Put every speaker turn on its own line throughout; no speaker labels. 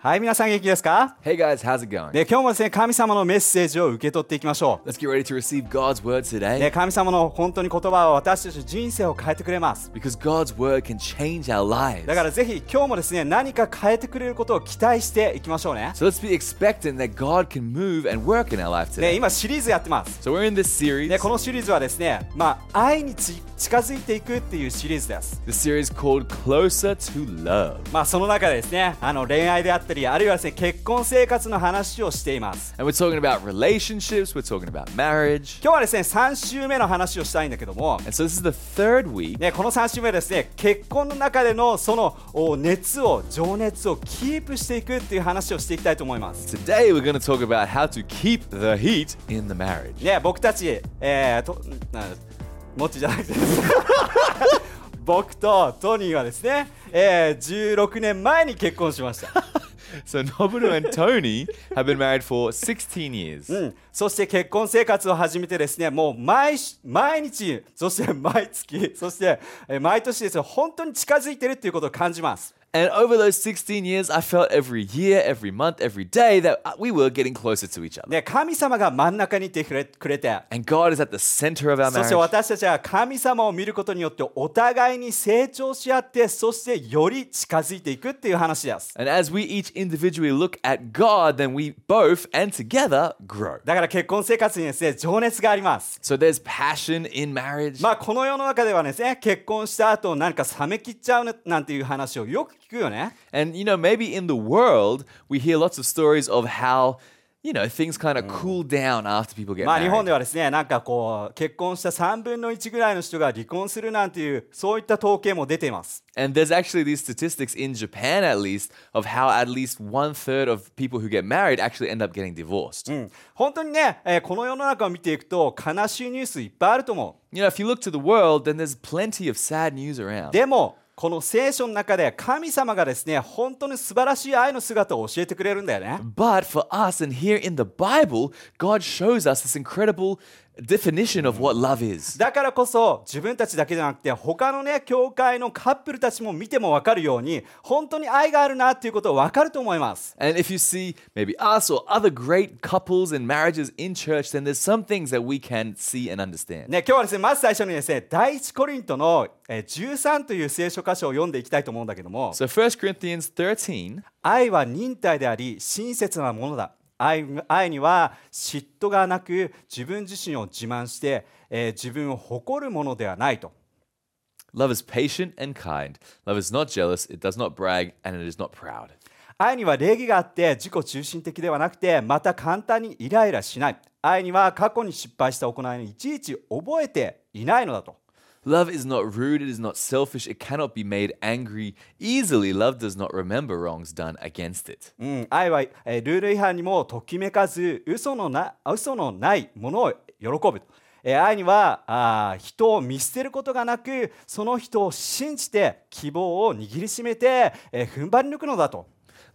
はい皆さん元気ですか
Hey guys, how's it going?
ね、今日もですね、神様のメッセージを受け取っていきましょ
Let's get ready to receive God's
う。
word today
ね、神様の本当に言葉は私たちの人生を変えてくれます。
because God's word can change our lives.
だからぜひ今日もですね、何か変えてくれることを期待していきましょうね。
So let's be expectant that God can move and work in our life
ね、
today.
今シリーズやってます。
So we're in this series,
ね、このシリーズはですね、まあ、愛にち近づいていくっていうシリーズです。
the series called Closer to Love.
まあ、その中でですね、あの恋愛であったり、あるいはですね、結婚生活の話をしています。
And we're talking about relationships, we're talking about marriage.
今日はですね、3週目の話をしたいんだけども、
And so this is the third week.
ね、この3週目はですね結婚の中でのそのお熱を情熱をキープしていくっていう話をしていきたいと思います、
Today we're going to talk about how to keep the heat in the marriage.
ね、僕たちえー、となもっちじゃなくて僕とトニーはですね、えー、16年前に結婚しました、
So Noboru and Tony have been married for 16 years.
うん、そして結婚生活を始めてですねもう毎し毎日そして毎月 そして、えー毎年ですね本当に近づいてるっていうことを感じます
And over those 16 years, I felt every year, every month, every day that uh, we were getting closer to each other.
ね、神様が真ん中にいてくれくれて
And God is at the center of our
そして
marriage.
私たちは神様を見ることによってお互いに成長し合ってそしてより近づいていくっていう話です。
And as we each individually look at God, then we both and together grow.
だから結婚生活にですね情熱があります。
So there's passion in marriage.
まあこの世の中ではですね結婚した後なんか冷めきっちゃうなんていう話をよく聞くよね。
And, you know, maybe in the world, we hear lots of stories of how, you know, things kind of cool down after people get
まあ日本
married.
ではですねなんかこう結婚した3分の1ぐらいの人が離婚するなんていうそういった統計も出ています。
And there's actually these statistics in Japan, at least, of how at least one third of people who get married actually end up getting divorced.
うん本当にね、えーこの世の中を見ていくと悲しいニュースいっぱいあると思う。
You know, if you look to the world, then there's plenty of sad news around.
でもこの聖書の中で神様がですね本当に素晴らしい愛の姿を教えてくれるんだよね。
But for us, and here in the Bible, God shows us this incredible definition of what love is.
だからこそ自分たちだけじゃなくて他のね教会のカップルたちも見ても分かるように本当に愛があるなっていうことを分かると思います。
And if you see maybe us or other great couples and marriages in church, then there's some things that we can see and understand.
ね、今日はですねまず最初にですね第一コリントのえー13という聖書箇所を読んでいきたいと思うんだけども
So 1 Corinthians 13,
愛は忍耐であり親切なものだ愛愛には嫉妬がなく自分自身を自慢して、えー自分を誇るものではないと。
love is patient and kind. Love is not jealous, it does not brag, and it is not proud.
愛には礼儀があって自己中心的ではなくてまた簡単にイライラしない愛には過去に失敗した行いにいちいち覚えていないのだと
Love is not rude, it is not selfish, it cannot be made angry easily. Love does not remember wrongs done against it.
うん、愛は、えールール違反にもときめかず嘘のな嘘のないものを喜ぶ、えー愛にはあー人を見捨てることがなくその人を信じて希望を握りしめて、えー踏ん張り抜くのだと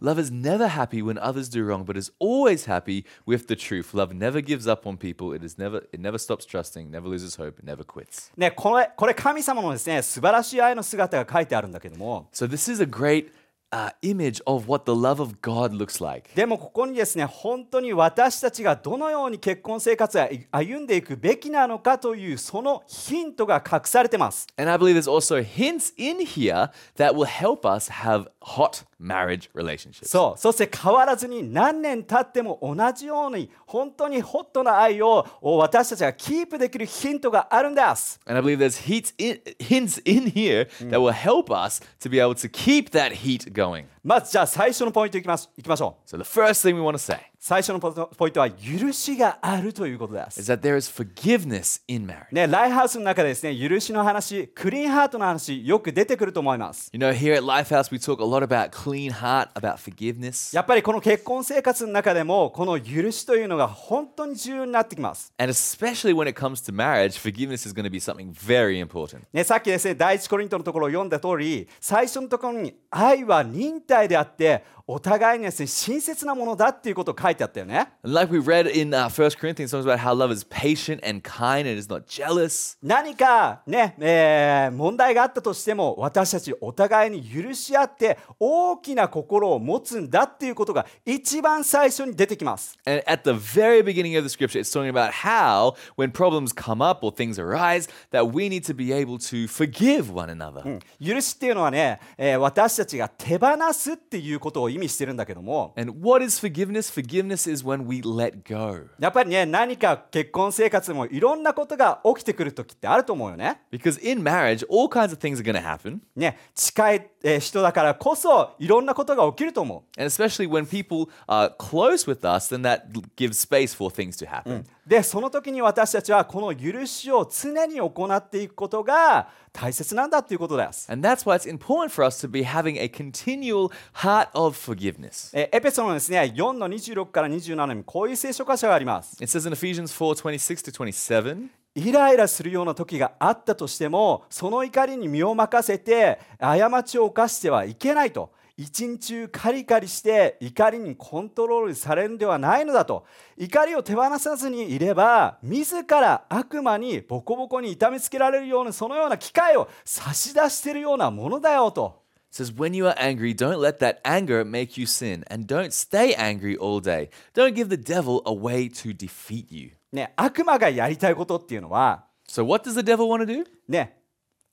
Love is never happy when others do wrong, but is always happy with the truth. Love never gives up on people. It is never it never stops trusting, never loses hope, never quits.
ねこれこれ神様のですね素晴らしい愛の姿が書いてあるんだけども
So this is a great uh, image of what the love of God looks like.
でもここにですね本当に私たちがどのように結婚生活を歩んでいくべきなのかというそのヒントが隠されてます。
And I believe there's also hints in here that will help us have hot marriage relationships.
そうそして変わらずに何年経っても同じように本当にホットな愛を私たちがキープできるヒントがあるんです。
and I believe there's heats in, hints in here that will help us to be able to keep that heat going.
まずじゃあ最初のポイントいきますいきましょう
So the first thing we want to say
最初のポポイントは許しがあるということです
is that there is forgiveness in marriage.
ね、ライフハウスの中でですね、許しの話、クリーンハートの話、よく出てくると思います。
You know, here at Lifehouse, we talk a lot about clean heart, about forgiveness.
やっぱりこの結婚生活の中でも、この許しというのが本当に重要になってきます。
And especially when it comes to marriage, forgiveness is going to be something very important.
ね、さっきですね、第一コリントのところを読んだ通り、最初のところに愛は忍耐であって、お互いにですね、親切なものだっていうことを書いてあったよね。
And like we read in uh, 1 Corinthians, songs about how love is patient and kind and is not jealous.
何かね、えー問題があったとしても私たちお互いに許し合って大きな心を持つんだっていうことが一番最初に出てきます。
And at the very beginning of the scripture, it's talking about how when problems come up or things arise, that we need to be able to forgive one another.
許しっていうのはね、えー私たちが手放すっていうことを意味してるんだけども
And what is forgiveness? Forgiveness is when we let go.
やっぱりね何か結婚生活でもいろんなことが起きてくる時ってあると思うよね。
Because in marriage, all kinds of things are going to happen.
ね近い、えー人だからこそいろんなことが起きると思う。
And especially when people are close with us, then that gives space for things to happen.
でその時に私たちはこの許しを常に行っていくことが大切なんだということです。
And that's why it's important for us to be having a continual heart of forgiveness.
えーエペソのですね4の26から27にこういう聖書箇所があります。
It says in Ephesians 4 26 to 27,
イライラするような時があったとしてもその怒りに身を任せて過ちを犯してはいけないと。一日中カリカリして怒りにコントロールされるんではないのだと怒りを手放さずにいれば自ら悪魔にボコボコに痛めつけられるようなそのような機会を差し出しているようなものだよと
it says, When you are angry, don't let that anger make you sin, and don't stay angry all day. Don't give the devil a way to defeat you.
ね、悪魔がやりたいことっていうのは、
So, what does the devil want to do?
ね、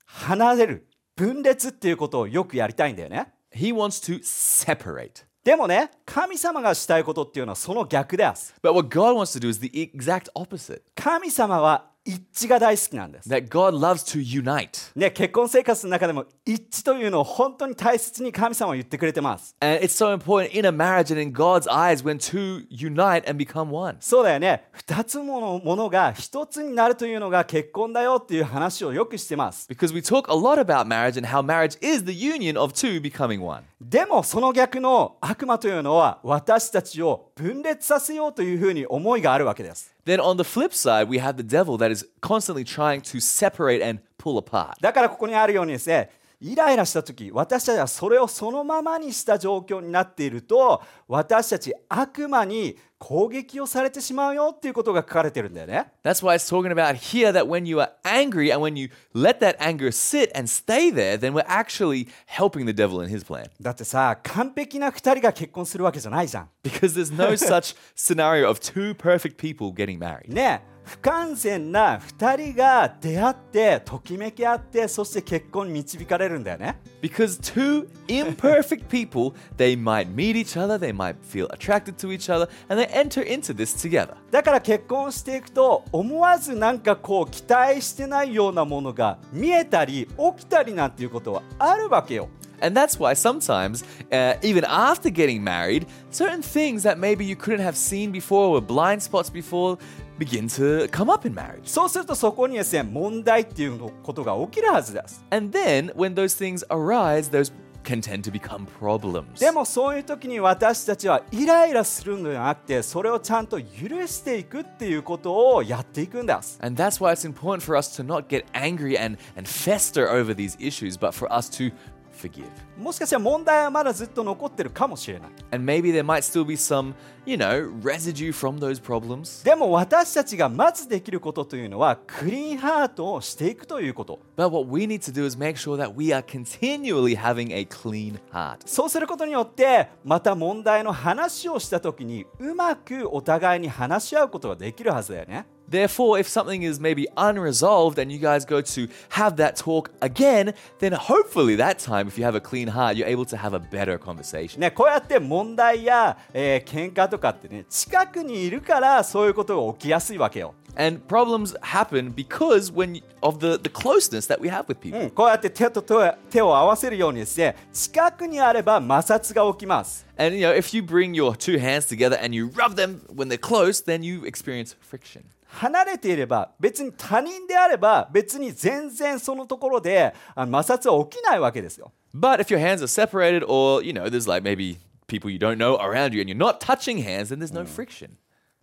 離れる、分裂っていうことをよくやりたいんだよね。
He wants to separate.
でもね、神様がしたいことっていうのはその逆です。
But what God wants to do is the exact opposite
神様は一致が大好きなんです。
that God loves to unite.
ね、結婚生活の中でも一致というのを本当に大切に神様は言ってくれてます。
And it's so important in a marriage and in God's eyes when two unite and become one.
そうだよね、二つものものが一つになるというのが結婚だよっていう話をよくしてます。
Because we talk a lot about marriage and how marriage is the union of two becoming one.
でもその逆の悪魔というのは私たちを分裂させようというふうに思いがあるわけです。
Then on the flip side, we have the devil that is constantly trying to separate and pull apart.
だからここにあるようにですねイライラした時私たちはそれをそのままにした状況になっていると私たち悪魔に攻撃をされてしまうよっていうことが書かれてるんだよね
That's why it's talking about here that when you are angry and when you let that anger sit and stay there, then we're actually helping the devil in his plan.
だってさ完璧な2人が結婚するわけじゃないじゃん
Because there's no such scenario of two perfect people getting married.
ねえ不完全な2人が出会ってときめき合ってそして結婚に導かれるんだよね
Because two imperfect people, they might meet each other, they might feel attracted to each other, and they enter into this together.
だから結婚していくと思わずなんかこう期待してないようなものが見えたり起きたりなんていうことはあるわけよ
And that's why sometimes, uh, even after getting married, certain things that maybe you couldn't have seen before, were blind spots before, begin to come up in marriage.
そうするとそこにですね問題っていうのことが起きるはずです
And then, when those things arise, those can tend to become problems.
でもそういう時に私たちはイライラするのではなくてそれをちゃんと許していくっていうことをやっていくんです
And that's why it's important for us to not get angry and, and fester over these issues, but for us to forgive.
もしかしたら問題はまだずっと残ってるかもしれない
And maybe there might still be some, you know, residue from those problems.
でも私たちがまずできることというのはクリーンハートをしていくということ
But what we need to do is make sure that we are continually having a clean heart.
そうすることによってまた問題の話をした時にうまくお互いに話し合うことができるはずだよね
Therefore, if something is maybe unresolved and you guys go to have that talk again, then hopefully that time, if you have a clean heart, you're able to have a better conversation.
ね、こうやって問題や、えー喧嘩とかってね近くにいるからそういうことが起きやすいわけよ。
And problems happen because when of the, the closeness that we have
う
with people.
ん、こうやって手と手を手を合わせるようにですね近くにあれば摩擦が起きます
And you know, if you bring your two hands together and you rub them when they're close, then you experience friction.
離れていれば別に他人であれば別に全然そのところであの摩擦は起きないわけですよ
But if your hands are separated or, you know, there's like maybe people you don't know around you and you're not touching hands, then there's no friction.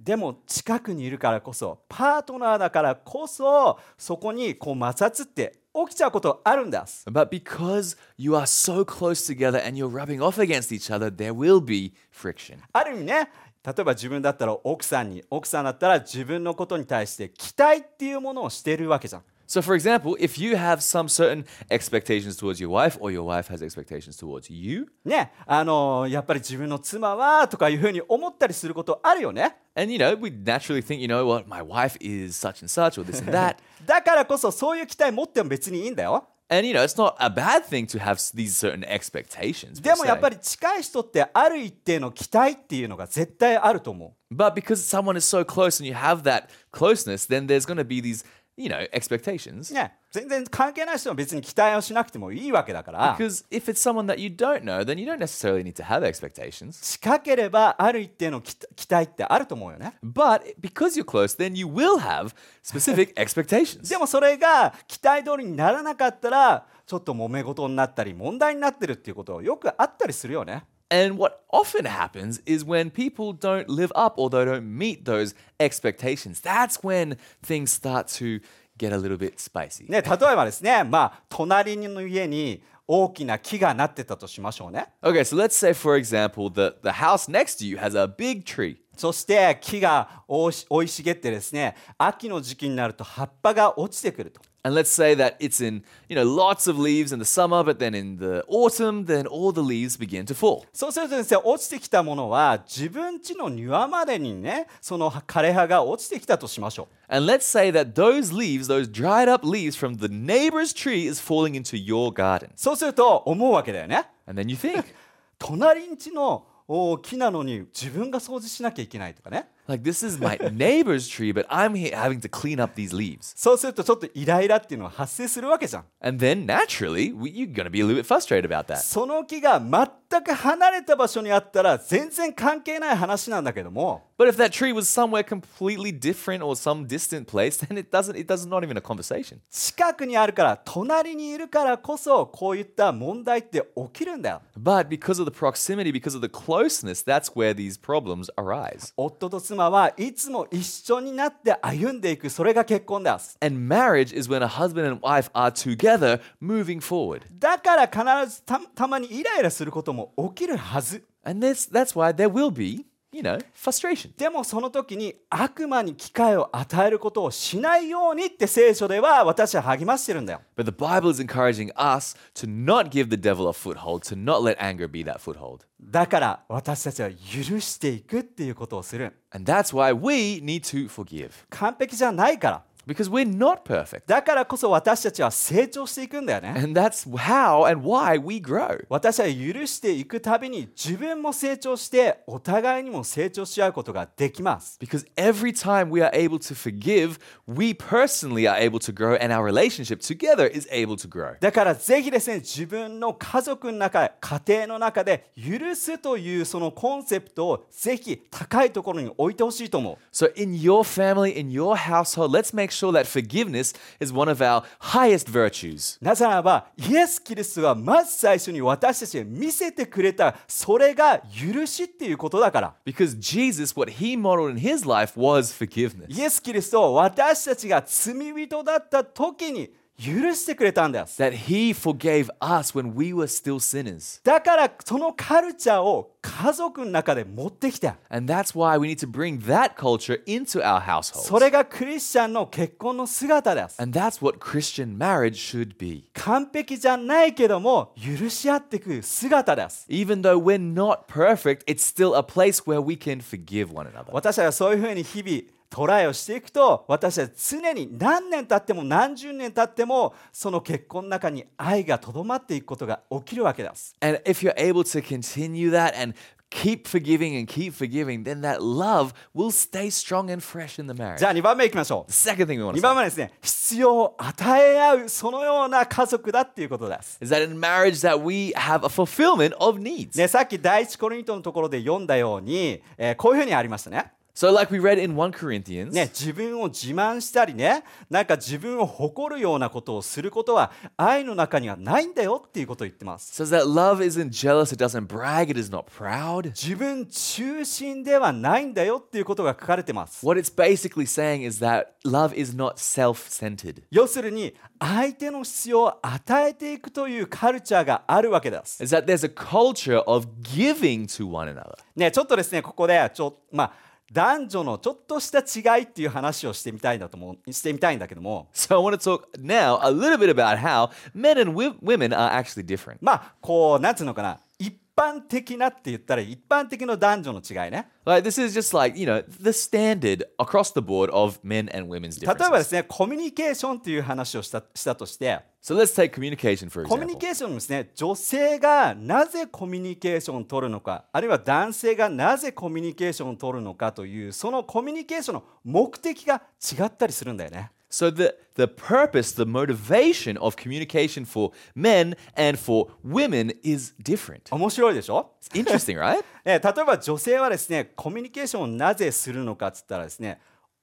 でも近くにいるからこそパートナーだからこそそこにこう摩擦って起きちゃうことあるんです
But because you are so close together and you're rubbing off against each other, there will be friction.
ある意味ね例えば自分だったら奥さんに奥さんだったら自分のことに対して期待っていうものをしてるわけじゃん
So, for example, if you have some certain expectations towards your wife or your wife has expectations towards you,
ねあのやっぱり自分の妻はとかいうふうに思ったりすることあるよね
and you know, we naturally think, you know what, my wife is such and such or this and that.
だからこそそういう期待持っても別にいいんだよ
and you know, it's not a bad thing to have s- these certain expectations. per
でもやっ
se.
ぱり近い人ってある一定の期待っていうのが絶対あると思う
But because someone is so close and you have that closeness, then there's going to be these, you know, expectations.
ね、全然関係ない人は別に期待をしなくてもいいわけだから、
Because if it's someone that you don't know, then you don't necessarily need to have expectations.
近ければある一定の期期待ってあると思うよね。
But because you're close, then you will have specific expectations.
でもそれが期待通りにならなかったら、ちょっと揉め事になったり、問題になってるっていうことよくあったりするよね。
And what often happens is when people don't live up or they don't meet those expectations, that's when things start to get a little bit spicy.
ね、例えばですね、まあ、隣の家に大きな木がなってたとしましょうね。
Okay, so let's say, for example, that the house next to you has a big tree.
そして木が生い生い茂ってですね、秋の時期になると葉っぱが落ちてくると。
And let's say that it's in, you know, lots of leaves in the summer, but then in the autumn, then all the leaves begin to fall.
そうするとですね、落ちてきたものは自分家の庭までにね、その枯れ葉が落ちてきたとしましょ
And let's say that those leaves, those dried up leaves from the neighbor's tree is falling into your garden.
う。そうすると思うわけだよね。
And then you think,
隣ん家のお木なのに自分が掃除しなきゃいけないとかね。
like, this is my neighbor's tree, but I'm here having to clean up these leaves.
そうするとちょっとイライラっていうのは発生するわけじゃん。
And then naturally, we, you're going to be a little bit frustrated about that.
その木が全く離れた場所にあったら全然関係ない話なんだけども、
But if that tree was somewhere completely different or some distant place, then it doesn't, it does not even a conversation.
近くにあるから隣にいるからこそこういった問題って起きるんだよ。
But because of the proximity, because of the closeness, that's where these problems arise.
夫と妻はいつも一緒になって歩んでいくそれが結婚です
And marriage is when a husband and wife are together moving forward.
だから必ずたたまにイライラすることも起きるはず
And that's, that's why there will be, you know, frustration.
でもその時に悪魔に機会を与えることをしないようにって聖書では私は励ましてるんだよ
But the Bible is encouraging us to not give the devil a foothold, to not let anger be that foothold.
だから私たちは許していくっていうことをする
And that's why we need to forgive.
完璧じゃないから
Because we're not perfect.
だからこそ私たちは成長していくんだよね
And that's how and why we grow.
私は許していくたびに自分も成長してお互いにも成長し合うことができます
Because every time we are able to forgive, we personally are able to grow and our relationship together is able to grow.
だからぜひですね自分の家族の中家庭の中で許すというそのコンセプトをぜひ高いところに置いてほしいと思
So, in your family, in your household, let's make sure that forgiveness is one of our highest virtues.
うなぜならばイエス・キリストがまず最初に私たちに見せてくれたそれが許しっていうことだから
Because Jesus, what he modeled in his life was forgiveness.
イエス・キリストは私たちが罪人だった時に許してくれたんです。
That he forgave us when we were still sinners.
だからそのカルチャーを家族の中で持ってきて
And that's why we need to bring that culture into our
そ
households.
れがクリスチャンの結婚の姿です。
And that's what Christian marriage should be.
完璧じゃないけども許し合っていく姿です
Even though we're not perfect, it's still a place where we can forgive one another.
私たちがそういうふうに日々トライをしていくと私たち常に何年経っても何十年経ってもその結婚の中に愛がとどまっていくことが起きるわけです
And if you're able to continue that and keep forgiving and keep forgiving, then that love will stay strong and fresh in the marriage.
じゃあ2番目いきましょう
Second thing we want
2
to
番
say
目はですね必要を与え合うそのような家族だっていうことです
is that in marriage that we have a fulfillment of needs.
ね、さっき第一コリントのところで読んだように、えーこういうふうにありましたね
So like we read in 1 Corinthians,
ね、自分を自慢したりねなんか自分を誇るようなことをすることは愛の中にはないんだよっていうことを言ってます
says that love isn't jealous, it doesn't brag, it is not proud.
自分中心ではないんだよっていうことが書かれてます
What it's basically saying is that love is not self-centered.
要するに相手の必要を与えていくというカルチャーがあるわけです
Is that there's a culture of giving to one another.
ねちょっとですねここでちょまあ男女のちょっとした違いっていう話をしてみたいんだと思うしてみたいんだけども
So I want to talk now a little bit about how men and wi- women are actually different.
まあこうなんつうのかな一般的なって言ったら一般的の男女の違いね
Like this is just like, you know, the standard across the board of men and women's
例えばで
differences.
すねコミュニケーションという話をしたしたとして
So let's take communication for
コミュ
example.
ニケーションもですね女性がなぜコミュニケーションを取るのかあるいは男性がなぜコミュニケーションを取るのかというそのコミュニケーションの目的が違ったりするんだよね。
So the the purpose, the motivation of communication for men and for women is different.
面白いでしょ
It's interesting, right?
えー例えば女性はですねコミュニケーションをなぜするのかっつったらですね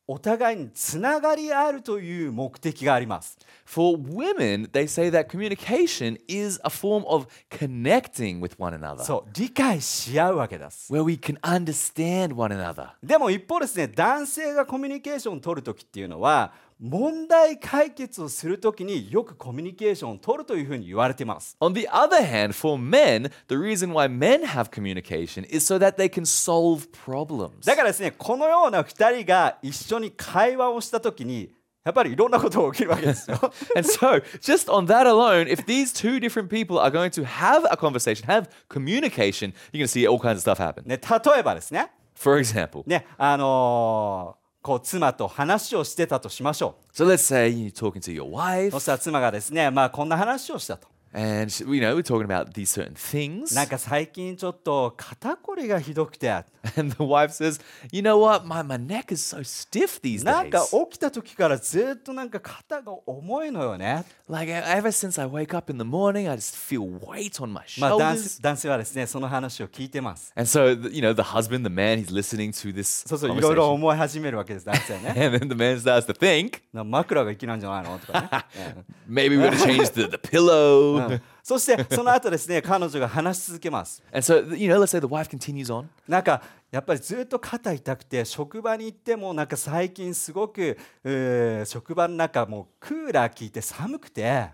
お互いにつながりあるという目的があります。
For women, they say that communication is a form of connecting with one another.
そう理解し合うわけです。
where we can understand one another.
でも一方ですね男性がコミュニケーションを取る時っていうのは問題解決をする時によくコミュニケーションを取るというふうに言われています。
On the other hand, for men, the reason why men have communication is so that they can solve problems.
だからですねこのような2人が一緒に会話をした時にやっぱりいろんなことが起きるわけですよ。
And so, just on that alone, if these two different people are going to have a conversation, have communication, you're going to see all kinds of stuff happen.
ね、例えばですね
For example,
ね、あのーこう妻と話をしてたとしましょ
so let's say you're talking to your
うそし
wife,
たら妻がですね、まあ、こんな話をしたと
and she- you know we're talking about these certain things,
なんか最近ちょっと肩こりがひどくて
and the wife says, "You know what? My my neck is so stiff these
なん
days.
か起きた時からずっとなんか肩が重いのよね
Like e- ever since I wake up in the morning, I just feel weight on my
まあ、男
shoulders."
性男性はですねその話を聞いてます。
And so, th- you know, the husband, the man, he's listening to this
そうそういろいろ
conversation.
思い始めるわけです男性 ね。
And then the man starts to think,
な枕がいきなんじゃないのと かね。うん
maybe we're going to change the, the pillow.
そしてその後ですね彼女が話し続けます。
And so, th- you know, let's say the wife continues on.
なんかやっぱりずっと肩痛くて職場に行ってもなんか最近すごく、えー職場の中もうクーラー効いて寒くて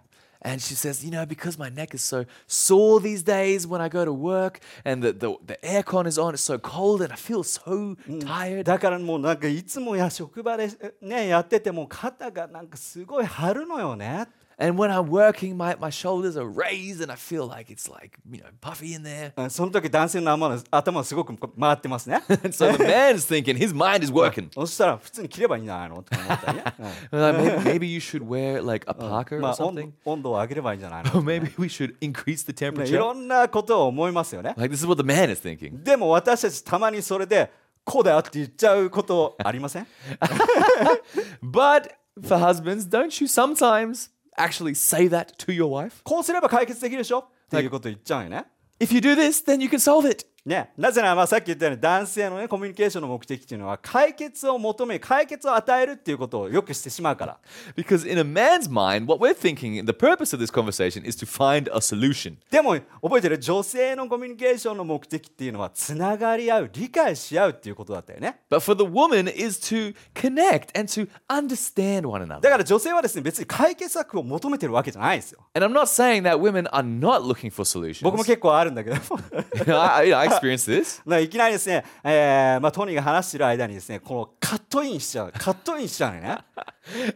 And she says, you know, because my neck is so sore these days when I go to work and the, the, the aircon is on, it's so cold and I feel so tired.
だからもうなんかいつもや職場でねやってても肩がなんかすごい張るのよね。
And when I'm working, my, my shoulders are raised and I feel like it's like, you know, puffy in there.
うんその時男性の頭の頭がすごく回ってます ね。
And so the man's thinking, his mind is working.
そしたら普通に切ればいいんじゃないのって思ったり ね。うん
Like, maybe, maybe you should wear like a parka
ま
or
あ温
something.
度温度を上げればいいんじゃないの
Or maybe we should increase the
ね
temperature.
いろんなことを思いますよね。
Like this is what the man is thinking.
でも私たちたまにそれでこうだよって言っちゃうことありませ ん
But for husbands, don't you sometimes actually say that to your wife?
こうすれば解決できるでしょっていうこと言っちゃうよね。
If you do this, then you can solve it.
ね、なぜならまあさっき言ったように男性の、ね、コミュニケーションの目的っていうのは解決を求め解決を与えるっていうことをよくしてしまうから、
Because in a man's mind, what we're thinking, the purpose of this conversation is to find a solution.
でも覚えてる女性のコミュニケーションの目的っていうのはつながり合う理解し合うっていうことだったよね
But for the woman is to connect and to understand one
だ
another.
から女性はですね別に解決策を求めてるわけじゃないですよ
And I'm not saying that women are not looking for
僕も
solutions.
結構あるんだけど も
You know, I, you know, I experienced this.
なんかいきなりですね、えーまあ、トニーが話してる間にですねこのカットインしちゃうカットインしちゃうの ね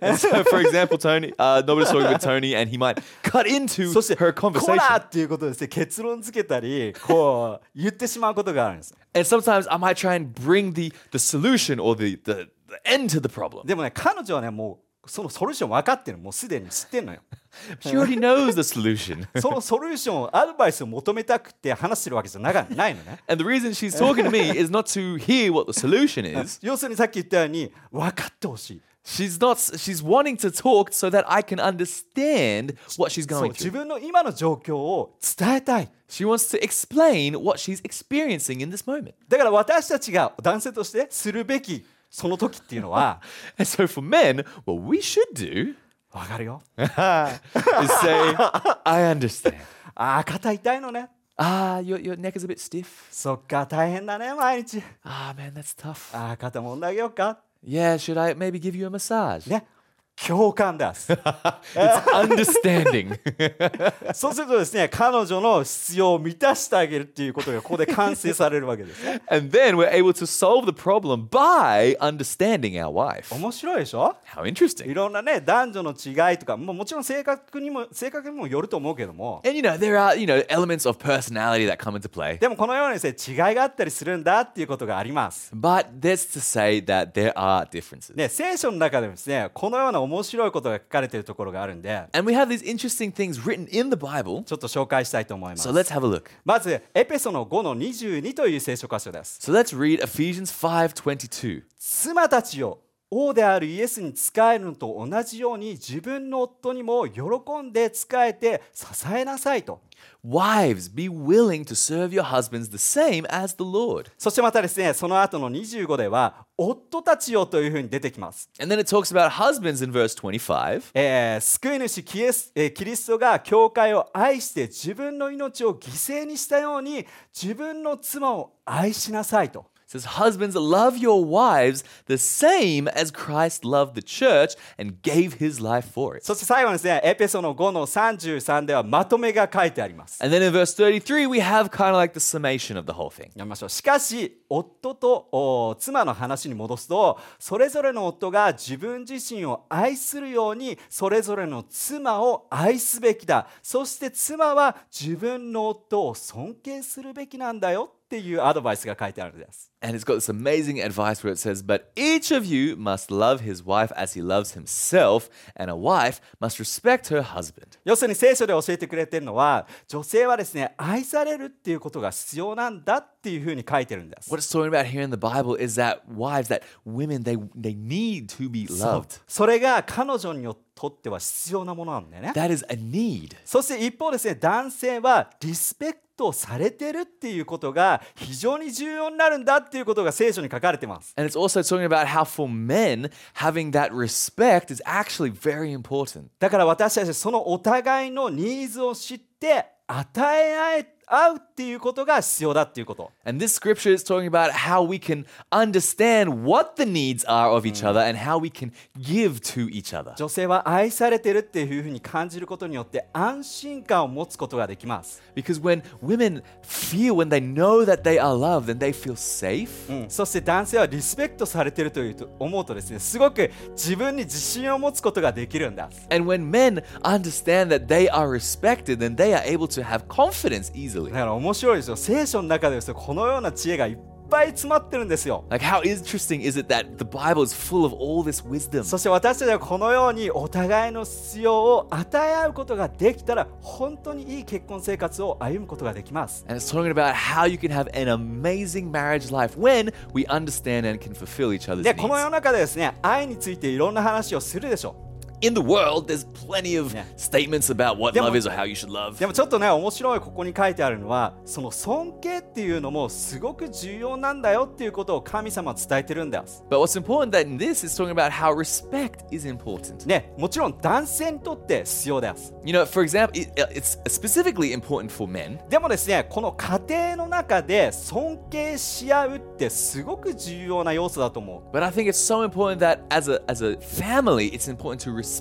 And so, for example, Tony, uh, nobody's talking with Tony, and he might cut into
そして
her
コラ
conversation.
ーっていうことでですね結論付けたりこう言ってしまうことがあるんです
And sometimes I might try and bring the the solution or the the, the end to the problem.
でもね彼女はねもうそのソリューション分かってるもうすでに知って んのよ
She already knows the solution.
そのソリューションアドバイスを求めたくて話してるわけじゃながないのね
And the reason she's talking to me is not to hear what the solution is.
要するにさっき言ったように分かってほしい
She's not she's wanting to talk so that I can understand what she's
そう
going
自
through.
分の今の状況を伝えたい
She wants to explain what she's experiencing in this moment.
だから私たちが男性としてするべきその時っていうのは
And so for men, what we should do
分かるよ
is say, I understand.
ああ肩痛いのね
Ah, your, your neck is a bit stiff.
そっか大変だね毎日
Ah, man, that's tough.
ああ肩もんであげようか
Yeah, should I maybe give you a massage?
ね共感だ
It's understanding.
そうするとですね彼女の必要を満たしてあげるっていうことがここで完成されるわけですね
and then we're able to solve the problem by understanding our wife.
面白いでしょ
How
い
interesting.
ろんなね男女の違いとかもうもちろん性格にも性格にもよると思うけども
And you know, there are, you know, elements of personality that come into play.
でもこのようにですね違いがあったりするんだっていうことがあります。
But that's to say that there are differences.
ね、聖書の中でもですねこのような面白いことが書かれているところがあるんで
And we have these interesting things written in the Bible.
ちょっと紹介したいと思います
So。let's have a look.
まずエペソの5の22という聖書箇所です。
So let's read Ephesians 5:22.
妻たちよ王であるイエスに仕えるのと同じように自分の夫にも喜んで仕えて支えなさいと。
Wives, be willing to serve your husbands the same as the Lord.
そしてまたですねその後の25では夫たちよというふうに出てきます。
And then it talks about husbands in verse 25.
えー救い主キエス、えーキリストが教会を愛して自分の命を犠牲にしたように自分の妻を愛しなさいと
It says, Husbands, love your wives the same as Christ loved the church and gave his life for it.
そして最後にですねエペソの5の33ではまとめが書いてあります
And then in verse 33, we have kind of like the summation of the whole thing.
読みましょうしかし夫とお妻の話に戻すとそれぞれの夫が自分自身を愛するようにそれぞれの妻を愛すべきだそして妻は自分の夫を尊敬するべきなんだよっていうアドバイスが書いてあるんです
And it's got this amazing advice where it says, But each of you must love his wife as he loves himself, and a wife must respect her husband.
要するに聖書で教えてくれてるのは女性はですね愛されるっていうことが必要なんだっていうふうに書いてるんです
What it's talking about here in the Bible is that wives, that women, they, they need to be
そう
loved.
それが彼女にとっては必要なものなんだよね
That is a need.
そして一方ですね男性はリスペクトされてるっていうことが非常に重要になるんだっていうことが聖書に書かれてます
And it's also talking about how for men, having that respect is actually very important.
だから私たちはそのお互いのニーズを知って与え合え合うっていうことが必要だっていうこと
And this scripture is talking about how we can understand what the needs are of each other and how we can give to each other.
女性は愛されてるっていうふうに感じることによって安心感を持つことができます、
Because when women feel, when they know that they are loved and they feel safe,
そして男性はリスペクトされてるというと思うとですねすごく自分に自信を持つことができるんだ
and when men understand that they are respected, then they are able to have confidence easily.
だから面白いですよ聖書の中でですねこのような知恵がいっぱい詰まってるんですよ
Like, how interesting is it that the Bible is full of all this wisdom?
そして私たちはこのようにお互いの必要を与え合うことができたら本当にいい結婚生活を歩むことができます
And it's talking about how you can have an amazing marriage life when we understand and can fulfill each other's
で
needs.
この世の中でですね愛についていろんな話をするでしょ
In the world, there's plenty of
Yeah.
statements about what
Yeah,
love
but-
is or how you should love.
でもちょっとね面白いここに書いてあるのはその尊敬っていうのもすごく重要なんだよっていうことを神様は伝えてるんだよ。
But what's important that in this is talking about how respect is important.
ね、もちろん男性にとって必要です。
You know, for example, it, uh, it's specifically important for men.
でもですね、この家庭の中で尊敬し合うってすごく重要な要素だと思
But I think it's so important that as a as a family, it's important to respect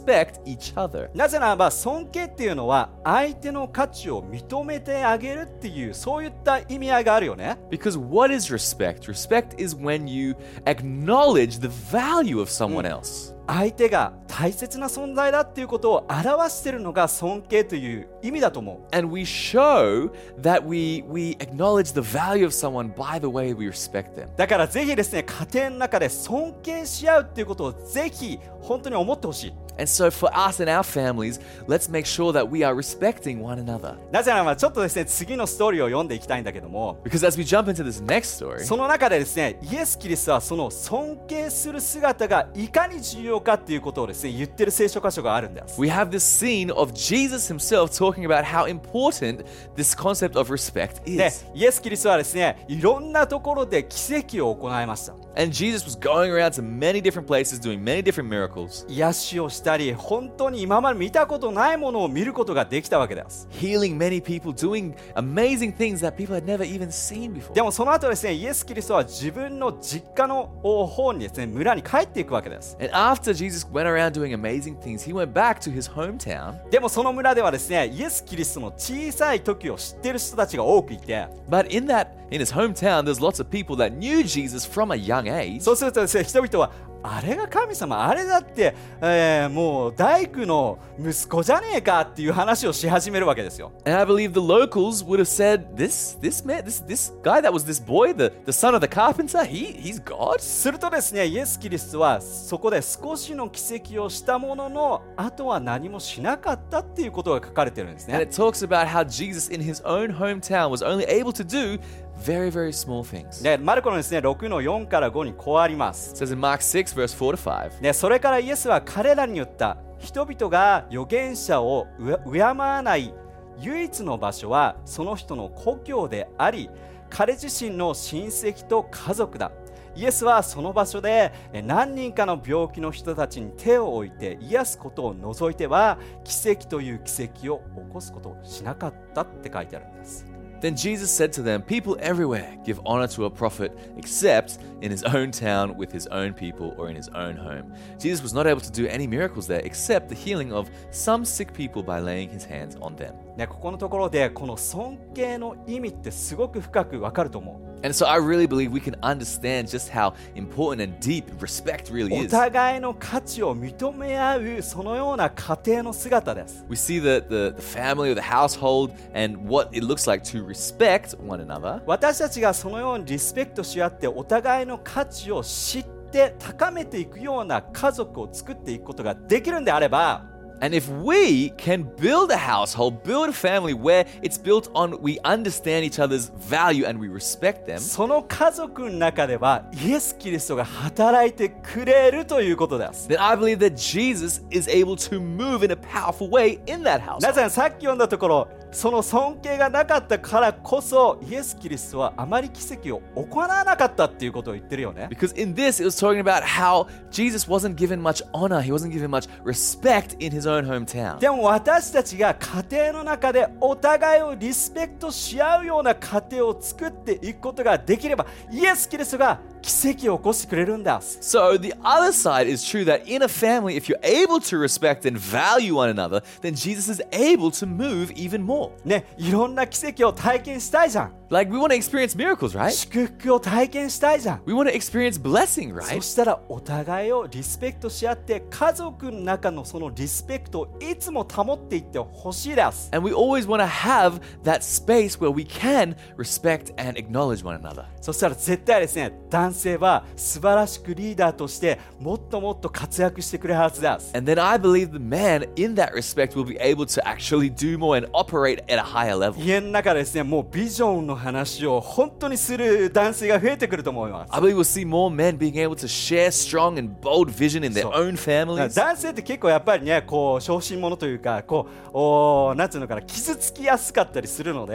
each
う。
other.
なぜならば尊敬っていうのは相手の価値を認めてあげるっていうそういった意味合いがあるよね。
Because what is respect? Respect is when you acknowledge the value of someone else.
相手が大切な存在だっていうことを表してるのが尊敬という意味だと思う
And we show that we, we acknowledge the value of someone by the way we respect them.
だからぜひですね家庭の中で尊敬し合うっていうことをぜひ本当に思ってほしい
And so for us and our families, let's make sure that we are respecting one another.
なぜならばちょっとですね次のストーリーを読んでいきたいんだけども
Because as we jump into this next story,
その中でですねイエス・キリストはその尊敬する姿がいかに重要かっていうことをですね言ってる聖書箇所があるんです
we have this scene of Jesus himself talking about how important this concept of respect
で
is.
イエス・キリストはですねいろんなところで奇跡を行いました
And Jesus was going around to many different places doing many different miracles,
癒しをしたり本当に今まで見たことないものを見ることができたわけです
healing many people, doing amazing things that people had never even seen before.
でもその後ですねイエス・キリストは自分の実家の方にですね村に帰っていくわけです
And after Jesus went around doing amazing things, he went back to his hometown.
でもその村ではですねイエス・キリストの小さい時を知ってる人たちが多くいて
But in that in his hometown, there's lots of people that knew Jesus from a young age.
そうするとですね人々はあれが神様あれだって、えーもう大工の息子じゃねえかっていう話をし始めるわけですよ
And I believe the locals would have said, This this man this this guy that was this boy, the, the son of the carpenter, he he's God.
するとですねイエス・キリストはそこで少しの奇跡をしたもののあとは何もしなかったっていうことが書かれてるんです
And
ね
it talks about how Jesus in his own hometown was only able to do very, very small things.
でマルコのですね6の4から5にこうあります
It says in Mark 6, verse 4 to 5.
ね、それからイエスは彼らに言った人々が預言者をうや敬わない唯一の場所はその人の故郷であり彼自身の親戚と家族だイエスはその場所でえ何人かの病気の人たちに手を置いて癒すことを除いては奇跡という奇跡を起こすことをしなかったって書いてあるんです
Then Jesus said to them, People everywhere give honor to a prophet, except in his own town, with his own people, or in his own home. Jesus was not able to do any miracles there, except the healing of some sick people by laying his hands on them.
ね、ここのところでこの尊敬の意味ってすごく深くわかると思う
And so I really believe we can understand just how important and deep respect really
お
is.
互いの価値を認め合うそのような家庭の姿です
We see the, the, the family or the household and what it looks like to respect one another.
私たちがそのようにリスペクトし合ってお互いの価値を知って高めていくような家族を作っていくことができるんであれば
And if we can build a household, build a family where it's built on we understand each other's value and we respect them,
その家族の中ではイエス・キリストが働いてくれるということです
then I believe that Jesus is able to move in a powerful way in
な
that household.
ぜならさっき読んだところその尊敬がなかったからこそイエス・キリストはあまり奇跡を行わなかったっていうことを言ってるよね
Because in this, it was talking about how Jesus wasn't given much honor, he wasn't given much respect in his own hometown.
でも私たちが家庭の中でお互いをリスペクトし合うような家庭を作っていくことができればイエス・キリストが奇跡を起こしてくれるんだ
So the other side is true that in a family, if you're able to respect and value one another, then Jesus is able to move even more.
ねいろんな奇跡を体験したいじゃん
Like we want to experience miracles, right?
祝福を体験したいじゃん
We want to experience blessing,
そ
right?
したらお互いをリスペクトし合って家族の中のそのリスペクトをいつも保っていってほしいです
And we always want to have that space where we can respect and acknowledge one another.
そしたら絶対ですね男性は素晴らしくリーダーとしてもっともっと活躍してくれるはずです
And then I believe the man in that respect will be able to actually do more and operate at a higher level.
家の中でですねもうビジョンの話を本当にする男性が増えてくると思います
I believe we'll see more men being able to share strong and bold vision in their
So-
own
だ
families.
から男性って結構やっぱりねこう小心者というかこうおーなんていうのかな傷つきやすかったりするので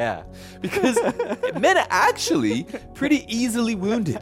Because men are actually pretty easily wounded.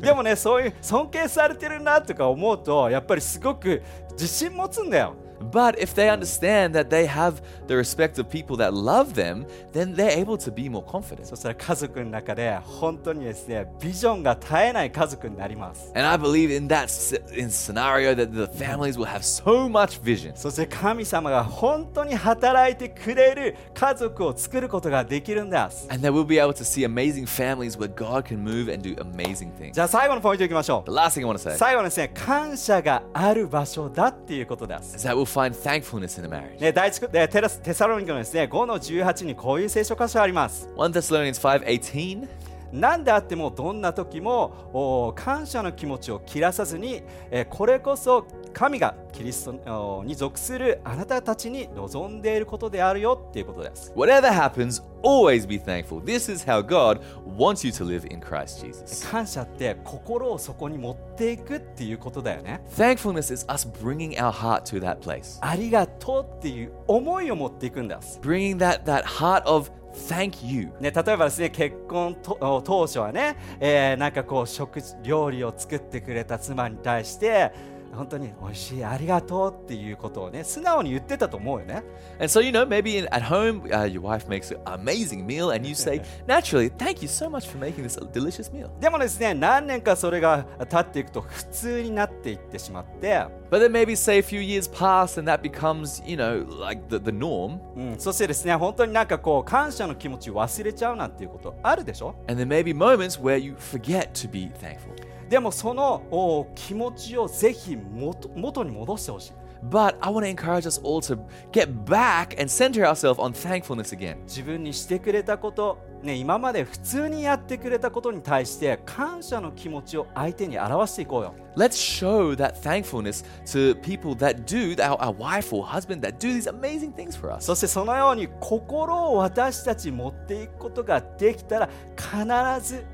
でもねそういう尊敬されてるなとか思うとやっぱりすごく自信持つんだよ
But if they understand that they have the respect of people that love them, then they're able to be more confident.
そしたら家族の中で本当にですねビジョンが絶えない家族になります
And I believe in that s- in scenario that the families will have so much vision.
そして神様が本当に働いてくれる家族を作ることができるんです
And they will be able to see amazing families where God can move and do amazing things.
じゃあ最後のポイントいきましょ
The
う
last thing I want to say
最後のですね感謝がある場所だっていうことです
is that we'll find thankfulness in a marriage.
ね、第一えーテラステサロニケのですね5の18にこういう聖書箇所あります。
1 Thessalonians 5:18
何であってもどんな時もおー感謝の気持ちを切らさずに、えーこれこそ神がキリストおーに属するあなたたちに望んでいることであるよっていうことです。
Whatever happens, always be thankful. This is how God wants you to live in Christ Jesus.
感謝って心をそこに持っていくっていうことだよね。
Thankfulness is us bringing our heart to that place.
ありがとうっていう思いを持っていくんです。
Bringing that that heart of thank you.
ね、例えばですね結婚とお当初はね、えーなんかこう食事料理を作ってくれた妻に対して本当に美味しいありがとうっていうことをね素直に言ってたと思うよね
And so you know, maybe in, at home uh, your wife makes an amazing meal and you say naturally, thank you so much for making this delicious meal.
でもですね何年かそれが経っていくと普通になっていってしまって、
But then maybe say a few years pass and that becomes, you know, like the, the norm.
うん、そしてですね本当になんかこう感謝の気持ちを忘れちゃうなんていうことあるでしょ
And there may be moments where you forget to be thankful.
でもそのお気持ちをぜひ元元に戻してほしい
But I want to encourage us all to get back and center ourselves on thankfulness again.
自分にしてくれたこと、ね、今まで普通にやってくれたことに対して感謝の気持ちを相手に表していこうよ
Let's show that thankfulness to people that do, our, our wife or husband, that do these amazing things for us.
そしてそのように心を私たち持っていくことができたら必ず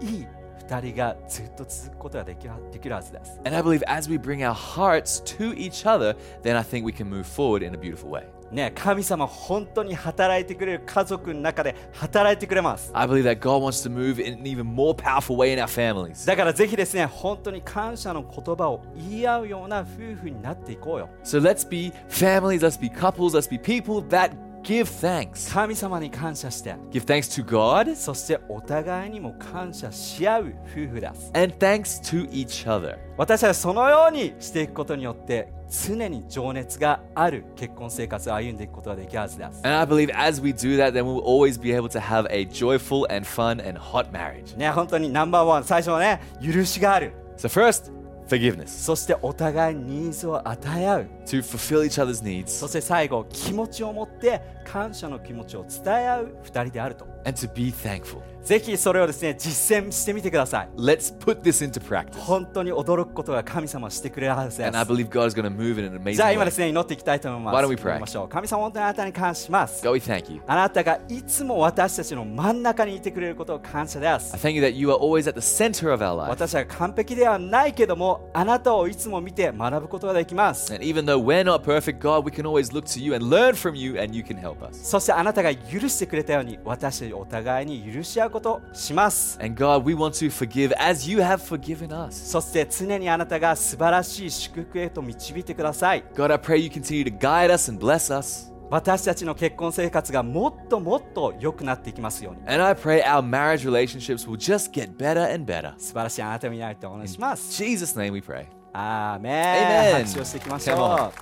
いい2人がずっと続くことができはできるはずです
And I believe as we bring our hearts to each other, then I think we can move forward in a beautiful way.
ね神様本当に働いてくれる家族の中で働いてくれます
I believe that God wants to move in an even more powerful way in our families.
だからぜひですね本当に感謝の言葉を言い合うような夫婦になっていこうよ
So let's be families, let's be couples, let's be people that give thanks.
神様に感謝して
Give thanks to God
そしてお互いにも感謝し合う夫婦です。
and thanks to each other.
私たちはそのようにしていくことによって常に情熱がある結婚生活を歩んでいくことができるはずです。
And I believe as we do that, then we'll always be able to have a joyful and fun and hot marriage.
ね、本当にナンバーワン、最初はね、許しがある。
So, first, forgiveness
そしてお互いにニーズを与え合う。
to fulfill each other's
そ
needs
して最後、気持ちを持って感謝の気持ちを伝え合う二人であると。
and to be thankful.
ぜひそれをですね、実践してみてください。
Let's put this into practice.
本当に驚くことが神様はしてくれるはずで
And I
す。
believe God is going to move in an
じ
amazing
ゃあ今です
way.
ね、祈っていきたいと思います。
Why don't we pray?
祈りましょう神様、本当にあなたに感謝します。
God, we thank you.
あなたがいつも私たちの真ん中にいてくれることを感謝で
I
す。
thank you that you are always at the center of our life.
私は完璧ではないけども、あなたをいつも見て学ぶことができます。
And even though we're not perfect, God, we can always look to you and learn from you, and you can help us.
そしてあなたが許してくれたように、私たちお互いに許し合うことをします。
And God, we want to forgive as you have forgiven us.
そして常にあなたが素晴らしい祝福へと導いてください。
God, I pray you continue to guide us and bless us.
私たちの結婚生活がもっともっと良くなっていきますように。
And I pray our marriage relationships will just get better and better.
素晴らしいあなたを見ないとお願いします。
In Jesus' name we pray.
アーメン
Amen.
拍手をしていきまし
Come
ょう。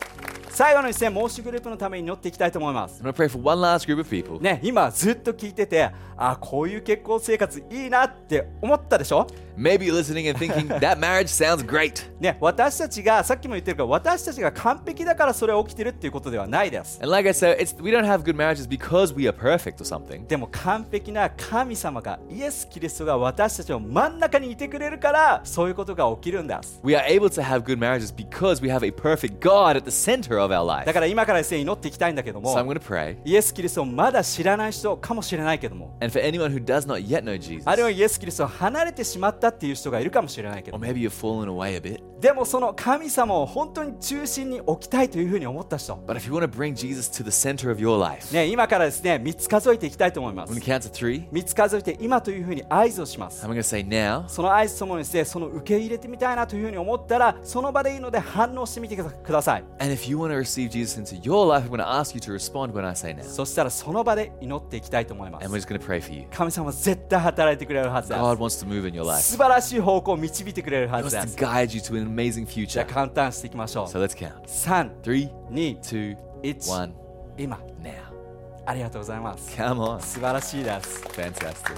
最後の一戦、申しグループのために乗っていきたいと思います
I'm。going to pray for one last group of people.
ね、今ずっと聞いててあこういう結婚生活いいなって思ったでしょ、
Maybe you're listening and thinking, that marriage sounds great.
ね、私たちがさっきも言ってるけど私たちが完璧だからそれは起きてるっていうことではないです
And like I said, it's, we don't have good marriages because we are perfect or something.
でも完璧な神様がイエス・キリストが私たちの真ん中にいてくれるからそういうことが起きるんです
We are able to have good marriages because we have a perfect God at the center of
だ
our life.
から今からですね祈っていきたいんだけど
So I'm
も
going to pray.
イエス・キリストをまだ知らない人かもしれないけども
And for anyone who does not yet know Jesus,
あるいはイエス・キリストを離れてしまったっていう人がいるかもしれないけ
or
ど
maybe you've fallen away a bit,
でもその神様を本当に中心に置きたいというふうに思った人
but if you want to bring Jesus to the center of your life,
ね、今からですね、3つ数えていきたいと思いま
I'm going
す
to。count to three.
3つ数えて今というふうに合図をします。
I'm going to say now.
その合図ともにですね、その受け入れてみたいなというふうに思ったら、その場でいいので反応してみてください。
And if you want to receive Jesus into your life, I'm going to ask you to respond when I say now.
そしたらその場で祈っていきたいと思いま
And we're
す
just going to pray for you.
神様は絶対働いてくれるはずで
God wants to move in your
す
life,
素晴らしい方向を導いてくれるは
He
ず
wants
で
to
す
guide you to an amazing
じゃ
future.
あ簡単していきましょ
So
う
let's count.
3
Three,
2
two,
It's-
one,
今
now.
ありがとうございます
Come on.
素晴らしいです
Fantastic.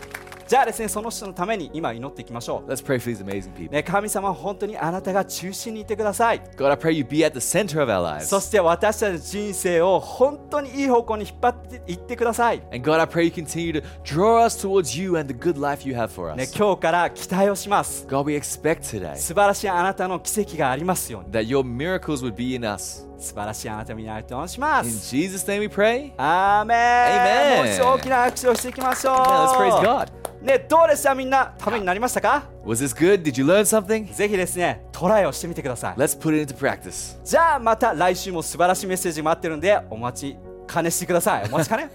じゃあですねその人のために今祈っていきましょう
Let's pray for these amazing people.
ね、神様本当にあなたが中心にいてください
God, I pray you be at the center of our lives.
そして私たちの人生を本当にいい方向に引っ張っていってください、
And God, I pray you continue to draw us towards you and the good life you have for
ね
us.
今日から期待をします
God, we expect today
素晴らしいあなたの奇跡がありますように
that your miracles would be in us.
素晴らしいあなたになるとしま
In
す
Jesus' name we pray.
アーメン
Amen
もう一度大きな拍手をしていきましょう
Yeah, let's praise God.
ねどうでしたみんなためになりましたか
Was this good? Did you learn something?
ぜひですねトライをしてみてください
Let's put it into practice.
じゃあまた来週も素晴らしいメッセージ待ってるんでお待ちかねしてくださいお待ちか ね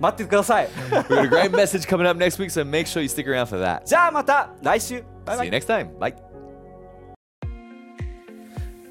待っててください
We got a great message coming up next week, so make sure you stick around for that.
じゃあまた来週バイバ
See
イ
you next time. Bye.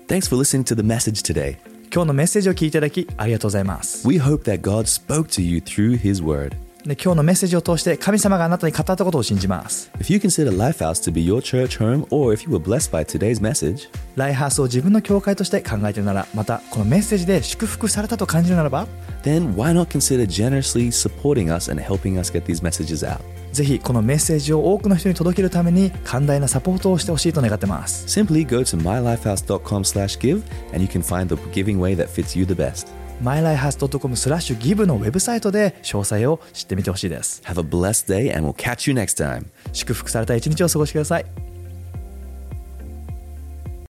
Thanks for listening to the message today.
今日のメッセージを聞いていただきありがとうございます
We hope that God spoke to you through His Word.
で今日のメッセージを通して神様があなたに語ったことを信じます
If you consider Lifehouse to be your church home, or if you were blessed by today's message,
ライハースを自分の教会として考えているならまたこのメッセージで祝福されたと感じるならば
then why not consider generously supporting us and helping us get these messages out?
ぜひこのメッセージを多くの人に届けるために寛大なサポートをしてほしいと願ってます
Simply go to mylifehouse.com/give and you can find the giving way that fits you the best.
mylifehas.com スラッシュギブのウェブサイトで詳細を知ってみてほしいです
Have a blessed day and we'll catch you next time.
祝福された一日を過ごしてください